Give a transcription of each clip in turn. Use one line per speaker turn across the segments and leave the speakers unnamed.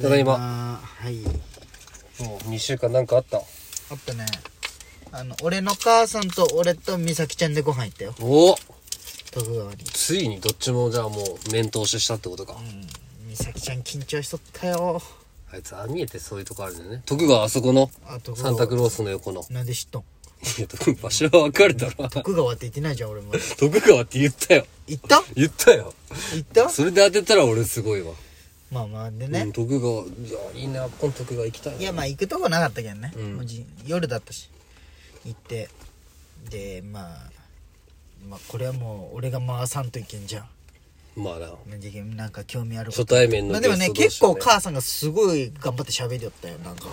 ただいま
はい
もう2週間なんかあった
あったねあの俺の母さんと俺と美咲ちゃんでご飯行ったよ
おお
徳川に
ついにどっちもじゃあもう面通ししたってことか
うん美咲ちゃん緊張しとったよ
あいつああ見えてそういうとこあるんだよね徳川あそこの
あ徳
サ
川
ンタクロースの横の
なんで知っとん
いや徳川場所は分かるだろ
徳川って言ってないじゃん俺も
徳川って言ったよ
行った
言ったよ
行った
それで当てたら俺すごいわ、
まあまあで
うん
ね、
徳川いやいいなこの徳川行きたいない
やまあ行くとこなかったけどね、
うん
もうじ夜だったし行ってでまあまあこれはもう俺が回さんといけんじゃん
まあな
なんじゃけんなんか興味あること
初対面の
まあでもね
ゲ
結
スト
構
同士はね
母さんがすごい頑張って喋りよったよなんか、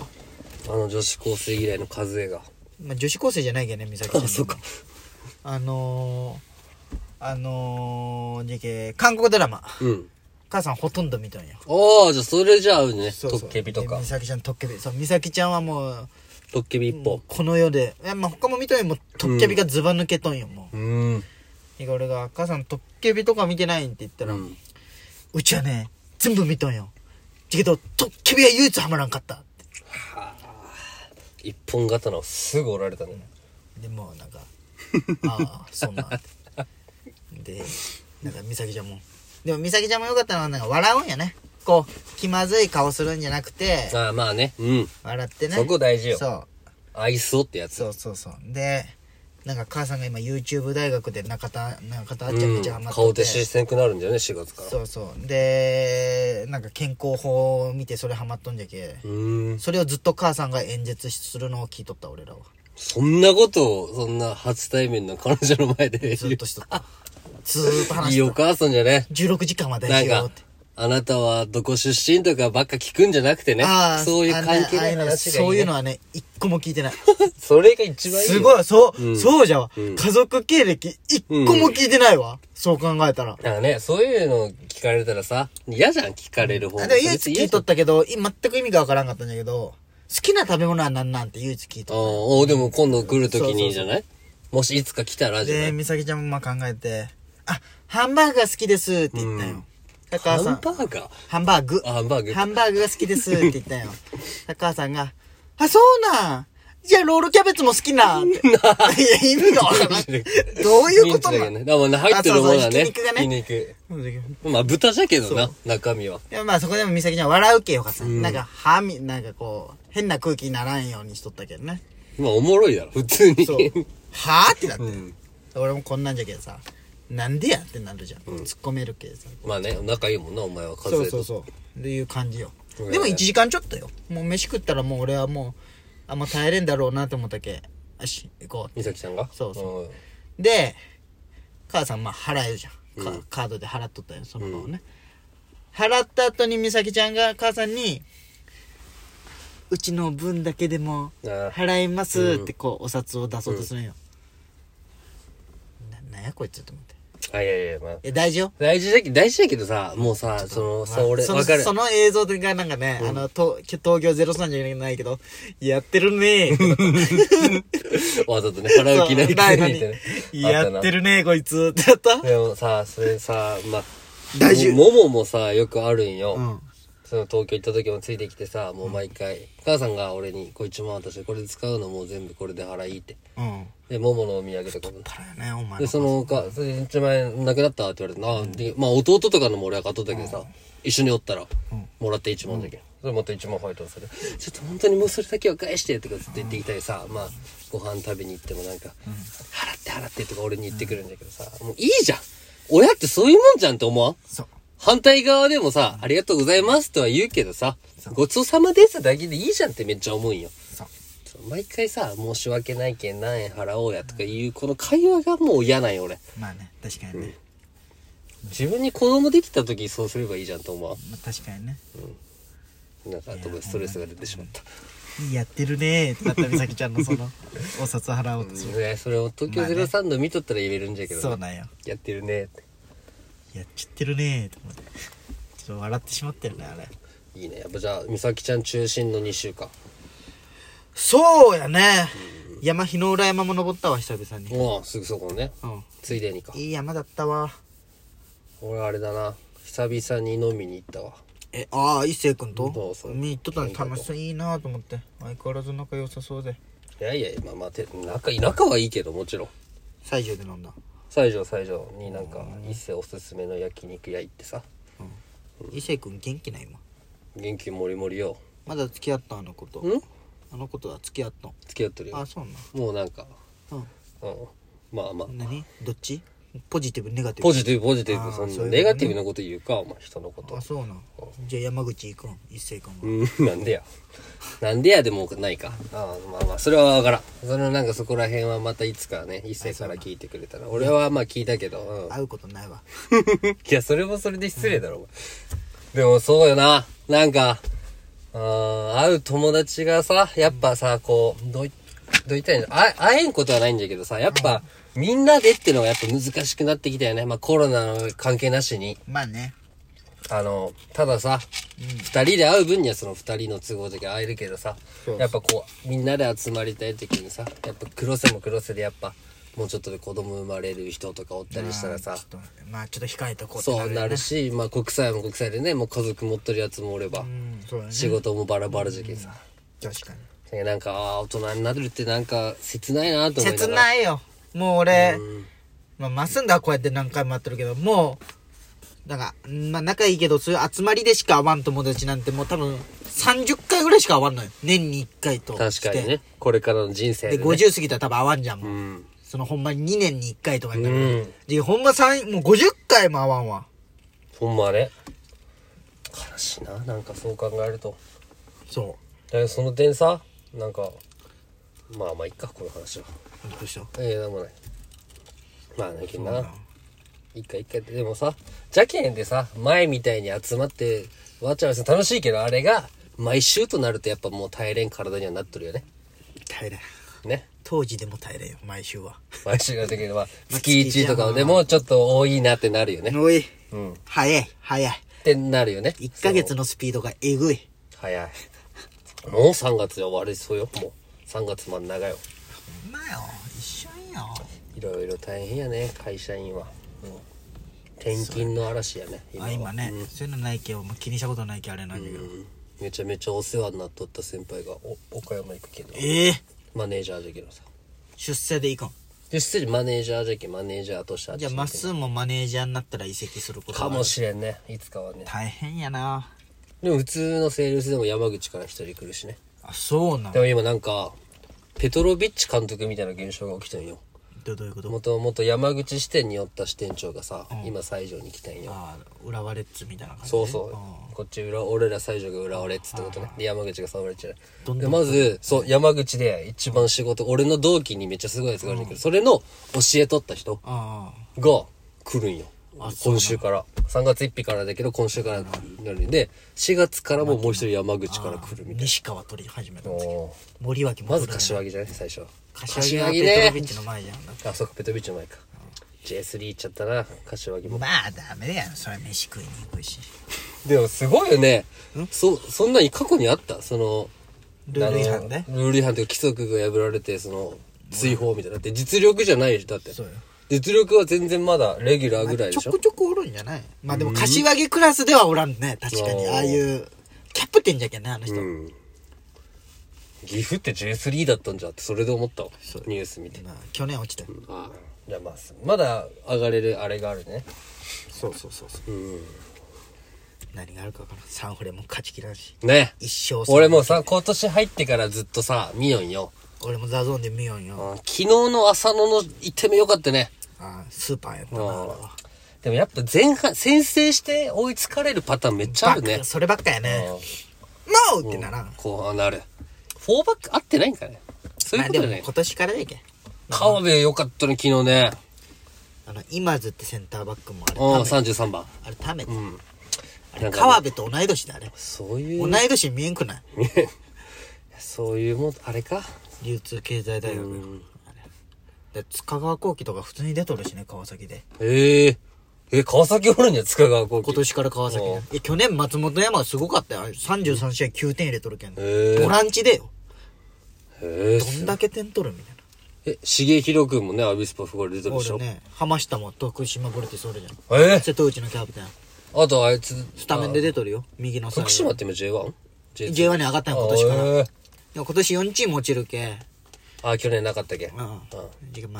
あの女子高生以来の和江が
まあ、女子高生じゃないけどね美咲ちゃん
あそうか
あのー、あのー、じゃけ韓国ドラマ
うん
母さんほとんど見たんよ
ああじゃあそれじゃあ合うね
そうそう
トッケビと
で
か
美咲ちゃんトッケビそう美咲ちゃんはもう
トッケビ一本
この世でいやまあ他も見たんよもうトッケビがズバ抜けとんよもう、
うん
で俺が「母さんトッケビとか見てないん?」って言った
う
ら、うんちはね全部見とんよじゃけどトッケビは唯一ハマらんかったって
一本刀をすぐ折られたね
でもうな んかああそうなんだでなんか美咲ちゃんもでも美咲ちゃんもよかったのはなんか笑うんやねこう気まずい顔するんじゃなくて
ああまあねうん
笑ってね
そこ大事よ
そう
愛想ってやつ
そうそうそうでなんか母さんが今 YouTube 大学で中田中田あっちゃん
う
め
ん
ちゃハマってて、
顔出しせんくなるんだよね4月から
そうそうでなんか健康法を見てそれハマっとんじゃけ、
うーん
それをずっと母さんが演説するのを聞いとった俺らは
そんなことをそんな初対面の彼女の前で
ずっとしと ったずーっと話
い
し
い
と
お
った
母さんじゃね
16時間は
な
大
ん
事よっ
か
て、
あなたはどこ出身とかばっか聞くんじゃなくてね
あー
そういう
あの
関係
ああ
な
う
い
の
話がいい、ね、
そういうのはね一個も聞いてない
それが一番いいよ
すごいそう、
うん
そうじゃわ、
うん
家族経歴一個も聞いてないわ、そう考えた
な
ら
んかね、そういうの聞かれたらさ、嫌じゃん、聞かれる方
あでも唯
別に
一聞
嫌
い
じ
と
ゃん
ったけど、い全く意味がわからんかったんだけど、好きな食べ物は何なんて唯一聞い
あー
とっ
おーでも今度来るとき
そうそうそう
にじゃないもしいつか来たら
た。
じゃな
で、
い
美咲ちゃんもまあ考えて、あ、ハンバーグが好きですって言った
う
よ
ん。
高
ハ
橋さ
ン
ん、
バーガー
ハンバーグ。
あハンバーグ
ハンバーグが好きですって言っ たよ。高橋さんが、あ、そうなんじゃあロールキャベツも好きな んって。いや、意味がわからん。どういうこと
ミンチだけ
な
ど
ん
ね。だからね、入ってるものはね。
あそうそうひき肉がね
ひき肉まあ、豚じゃけどな、中身は。
いやまあそこでも美咲ちゃん笑うけよかさ、
ん
なんか、はみ、なんかこう、変な空気にならんようにしとったけどね。
まあ、おもろいだろ、普通に。
そうはぁってなって、
うん
俺もこんなんじゃけどさなんでやってなるじゃん、突っ込めるけどさ
まあね、仲いいもんな、お前は。
そうそう
う。
そうっていう感じよ
うん
でも1時間ちょっとよもう飯食ったらもう俺はもうあんま耐えれんだろうなと思ったけよし行こう
美咲ちゃんが
そうそう
うん。
で母さんまあ払えるじゃん、かカードで払っとったよその場をね、払った後に美咲ちゃんが母さんに「うちの分だけでも
ああ
払います」ってこうお札を出そうとするんよ、ななんやこいつと思って
あ、いやいや、まあ。
いや大事よ
大事だけど、大事だけどさ、もうさ、その、さ、俺、
その
わかる
そ。の映像がなんかね、あのと東京03じゃないけどやってるね
わざとね、払う気ないくせ にみたい
に
な。あ
や
な
ってるねこいつって やった
でもさ、それさ、まあ、
大事
ももももさ、よくあるんよ。
うん
その東京行った時もついてきてさ、もう毎回、母さんが俺に、こう一万渡して、これで使うのもう全部これで払いって。
うん
で、もものお土産とかも。
だよねお前
で、そのおか、それ一万円なくなったって言われて、な、で、まあ弟とかのも俺は買っとったけどさ、一緒におったら、もらって一万だけ。それまた一万配当される。ちょっと本当にもうそれだけは返してとかずっと言ってきたりさ、まあ、ご飯食べに行ってもなんか、払って払ってとか俺に言ってくるんだけどさ、もういいじゃん親ってそういうもんじゃんって思わん
そう
反対側でもさ、ありがとうございますとは言うけどさ、ごちそうさまですだけでいいじゃんってめっちゃ思うんよ。
そう
毎回さ、申し訳ないけん何円払おうやとかいうこの会話がもう嫌なんよ俺。
まあね確かにね、
自分に子供できた時そうすればいいじゃんと思
まあ、確かにね
う。なんか、とこでストレスが出てしまった。
いいやってるねってなった美咲ちゃんのそ のお札払おうとする、
ね、それを東京
まあね
03の見とったら言えるんじゃけど、
そうなんよ
やってるねって。
やっちゃってるねって思ってちょっと笑ってしまってるねあれ
いいね。やっぱじゃあ、美咲ちゃん中心の2週間。
そうやね、山日の裏山も登ったわ久々に
もうすぐそこのね。
うん
ついでにか。
いい山だったわ
俺あれだな。久々に飲みに行ったわ。
えああ一星君
ど
と
うそう
見に行っとったの楽しそういいなと思って相変わらず仲良さそうで
いやいやまあまあて仲仲はいいけどもちろん
西条で飲んだ
西条西条になんか一世おすすめの焼肉屋行ってさ
伊勢君元気ない今
元気もりもりよ
まだ付き合ったあの子と
ん
あの子とは付き合ったん
付き合ってるよ
あそうな
もうなんか
ん
うんまあまあ
うん何どっちポジティブネガティブ
ポジティブポジティ
あ
ブ
ー
そん
そう
な
いうことね
ネガティブなこと言うかお前人のこと
あそうなんじゃあ山口行くん一星君は
うん なんでやなんでやでもないかああまあまあそれは分からんそのなんかそこら辺はまたいつかね一世から聞いてくれたら俺はまあ聞いたけど、うん、
会うことないわ
いや、それもそれで失礼だろ、お前でも、そうよな。なんか、うーん、会う友達がさ、やっぱさ、こう、どうい、どう言ったらいいのあ会えんことはないんだけどさ、やっぱ、みんなでってのがやっぱ難しくなってきたよね。まあ、コロナの関係なしに。
まあね
あの、たださ、二、人で会う分にはその二人の都合だけ会えるけどさ
そう、
やっぱこう、みんなで集まりたい時にさ、やっぱ黒瀬も黒瀬でやっぱ、もうちょっとで子供生まれる人とかおったりしたらさ、
ちょっとまあちょっと控えとこうって
そうな
よね
るし、まあ国際も国際でね、もう家族持ってるやつもおれば
う、んそうだね
仕事もバラバラ時期さ。
確かに
なんか、ああ、大人になるってなんか切ないなと思いな
切
がら。
ないよもう俺、まあ、ますんだこうやって何回も会ってるけどもうなんか、まあ、仲いいけどそういう集まりでしか会わん友達なんてもう多分30回ぐらいしか会わんのよ年に1回と
確
して
かにね、これからの人生で、
で
ね。
50過ぎたら多分会わんじゃんもう、
うん。
そのほんまに2年に1回とかになる、
うん
でほんま3もう50回も会わんわ
ほんまね。悲しいな、なんかそう考えると。
そ
だけどその点さ、なんか、まあまあいっか、この話は。
うどうした
ええなんもない。まあだけど
そう
な
だ。
一回一回でもさ、じゃけんでさ、前みたいに集まって、わちゃわちゃ楽しいけど、あれが、毎週となるとやっぱもう耐えれん体にはなっとるよね。
耐えれん
ね。
当時でも耐えれんよ毎週は
毎週ができれ ば、
月
月
一
1とかでもちょっと多いなってなるよね。
おい、
うん
早い早い
ってなるよね。
1ヶ月のスピードがえぐい
そう。早い。もう3月よ、悪いそうよ。もう3月真ん中よ。
まあよ一緒によ
いろいろ大変やね、会社員は。うん転勤の嵐やね、
あ
は
今ね、そういうのないけど、まあ、気にしたことないけどあれなんだけど、
めちゃめちゃお世話になっとった先輩がお岡山行くけど
ええ
マネージャーだけどさ
出世でいかん
で失礼マネージャーじゃけマネージャーとしてあっち
じゃあ
に
まっすーもマネージャーになったら移籍すること
か
がある
もしれんねいつかはね
大変やな
でも普通のセールスでも山口から一人来るしね
あそうなん
でも今なんかペトロビッチ監督みたいな現象が起きてんよ
どどういうこと
もともと山口支店におった支店長がさ、今西条に来たんよ
ああ浦和レッズみたいな感じね
そうそう。こっち裏、俺ら西条が浦和レッズってことね。で、山口が3割ちゃ
どん
う。
ど
で、
ん
まず、そう、山口で一番仕事、俺の同期にめっちゃすごいやつがあるんだけど、それの教えとった人
あ
が来るんよ。今週から。3月1日からだけど、今週からなるんで、4月からももう一人山口から来る
あ
みたい
西川取り始めたん
な。
ですけど
おー
森脇も
まず
取られ
柏木じゃない最初は。
柏木はペトロビッチの前じゃん
あ、そうか、ペトビッチの前か。J3 行っちゃったな、柏木も。
まあダメだよそれは飯食いに行くし
でもすごいよね。そ、そんなに過去にあったその、
ルール違反ね
あのルール違反というか規則が破られて、その、追放みたいな。だって実力じゃないでしょ、だって。
そうよ
実力は全然まだレギュラーぐらい
ち
で
ょ
しょ
こちょこおるんじゃないまあでも柏木クラスではおらんね確かに
うん
ああいうキャプテンじゃけんねあの人、
うん。岐阜って J3 だったんじゃって、それで思ったわ
そう。
ニュース見て。
まあ、去年落ちたよ、
ああ。じゃあまあ、まだ上がれるあれがあるね。
そうそうそうそう、
うん。
何があるか分からんサンフレも勝ちきらんし
ね。
一生
俺もさ、今年入ってからずっとさ、見よんよ。
俺もザゾーンで見よん
う
よ
ん昨日の浅野の一手目よかったね。
ああスーパーやったな
うん
あれは
でもやっぱ前半、先制して追いつかれるパターンめっちゃある
バッ
ね
ク。そればっかやねノーってならん、
こうなる。フォーバック合ってないんかねそういう
まあ
こ
で
と
も
じゃない
今年からやけん
川辺良かったね、昨日ね。
あの今津ってセンターバックもあれ
うん、
ため
33番。
あれためて、あ
な
れ
んかね
川辺と同い年だあれ
そうい
同
う、
い年に見えんくない
そういうもん、あれか。
流通経済大学あれで塚川幸輝とか普通に出とるしね川崎で
えええ、川崎おるんじゃん、塚川高校。
今年から川崎
う
で
ん
え去年松本山すごかったよあれ33試合9点入れとるけん、
へえ
ボランチでよ
ええ
どんだけ点取るみたいな
え、重弘くんもね、アビスパフゴール出てるでしょ。
俺ね浜下も徳島ボルティスおるじゃん
ええ
瀬戸内のキャプテン
あとあいつ、
スタメンで出とるよ。右のサイド
徳島って今 J1?J2?
J1 に上がったんよ今年から。いや今年4チーム落ちるけ。
あー、去年なかったっけ
うん。ま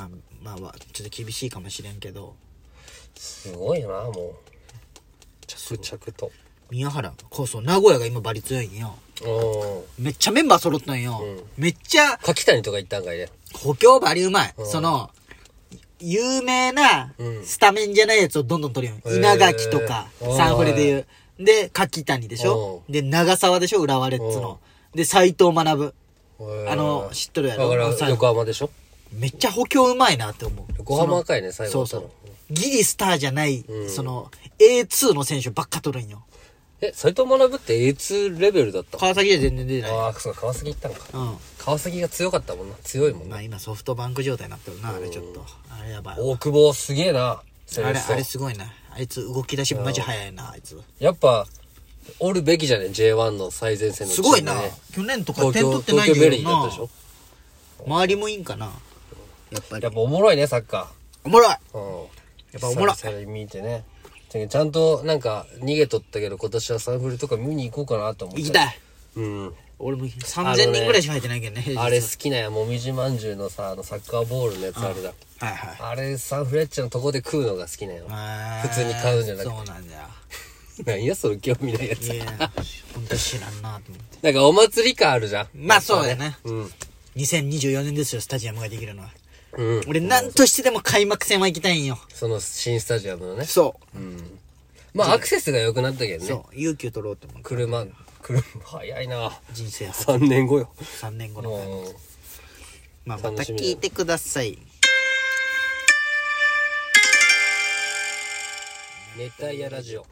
あ、まあ、ちょっと厳しいかもしれんけど。
すごいな、もう。着々と。
宮原、こうそう、名古屋が今バリ強いんよ。
うん。
めっちゃメンバー揃ったんよ。めっちゃ、
柿谷とか行ったんかいね。
補強バリうまい。その、有名な
うん
スタメンじゃないやつをどんどん取るよ。
へー
稲垣とか、
うん
サンフレでいう。で、柿谷でしょで、長沢でしょ浦和レッズの。で、斎藤学。あの知っとるやろ
だから、
最
横
後
浜でしょ
めっちゃ補強うまいなって思う。
横浜かいね、最後
そ
の
うそう。ギリスターじゃない、
うん
その、A2 の選手ばっか取るんよ。
え、斎藤学って A2 レベルだった
川崎で全然出てない。
ああ、そう、川崎行ったのか。
う
川崎が強かったもんな。強いもん
ん。
な。
まあ今ソフトバンク状態になってるな、あれちょっと。あれやばい。
大久保すげえな。
あ
選
れ、
手
あれすごいな。あいつ動き出しマジ早いな、あいつ。
やっぱ、おるべきじゃね ?J1 の最前線の
す
チー
ご
ムね、
いな。去年とか
東
点取
京、
ってな
東京
い
ベ
よ
リーだったでしょ
な。周りもいいんかな。やっぱり
やっ。ぱおもろいね、サッカ
おもろい
ー。うん。
やっぱおもろい
久々に見てね。ちゃんとなんか逃げとったけど今年はサンフルとか見に行こうかなと思って。
行きたい。
うん。
俺も3000人ぐらいしか入ってないけどね。平日
あれ好きなんや、もみじまんじゅうのさ、あのサッカーボールのやつあれだ。
はいはい。
あれ、サンフレッチェのとこで食うのが好きなんよ。
あー
普通に買うんじゃなくて
そうなんだよ。
なんや、その興味ないやつ
い。や、 本当に知らんなと思って。
なんかお祭り感あるじゃん。
まあそうだね。
うん。
2024年ですよ、スタジアムができるのは。
うん。
俺、なんとしてでも開幕戦は行きたいんよ。
その新スタジアムのね。
そ
うん。まあアクセスが良くなったけど
う。
ね。
そう、勇気を取ろうって思う。
車、車、早いな。
人生初
3年後よ。
3年後
う
の。
ん。
まあ、ま
楽
た
しみ
聞いてください。
熱帯夜ラジオ。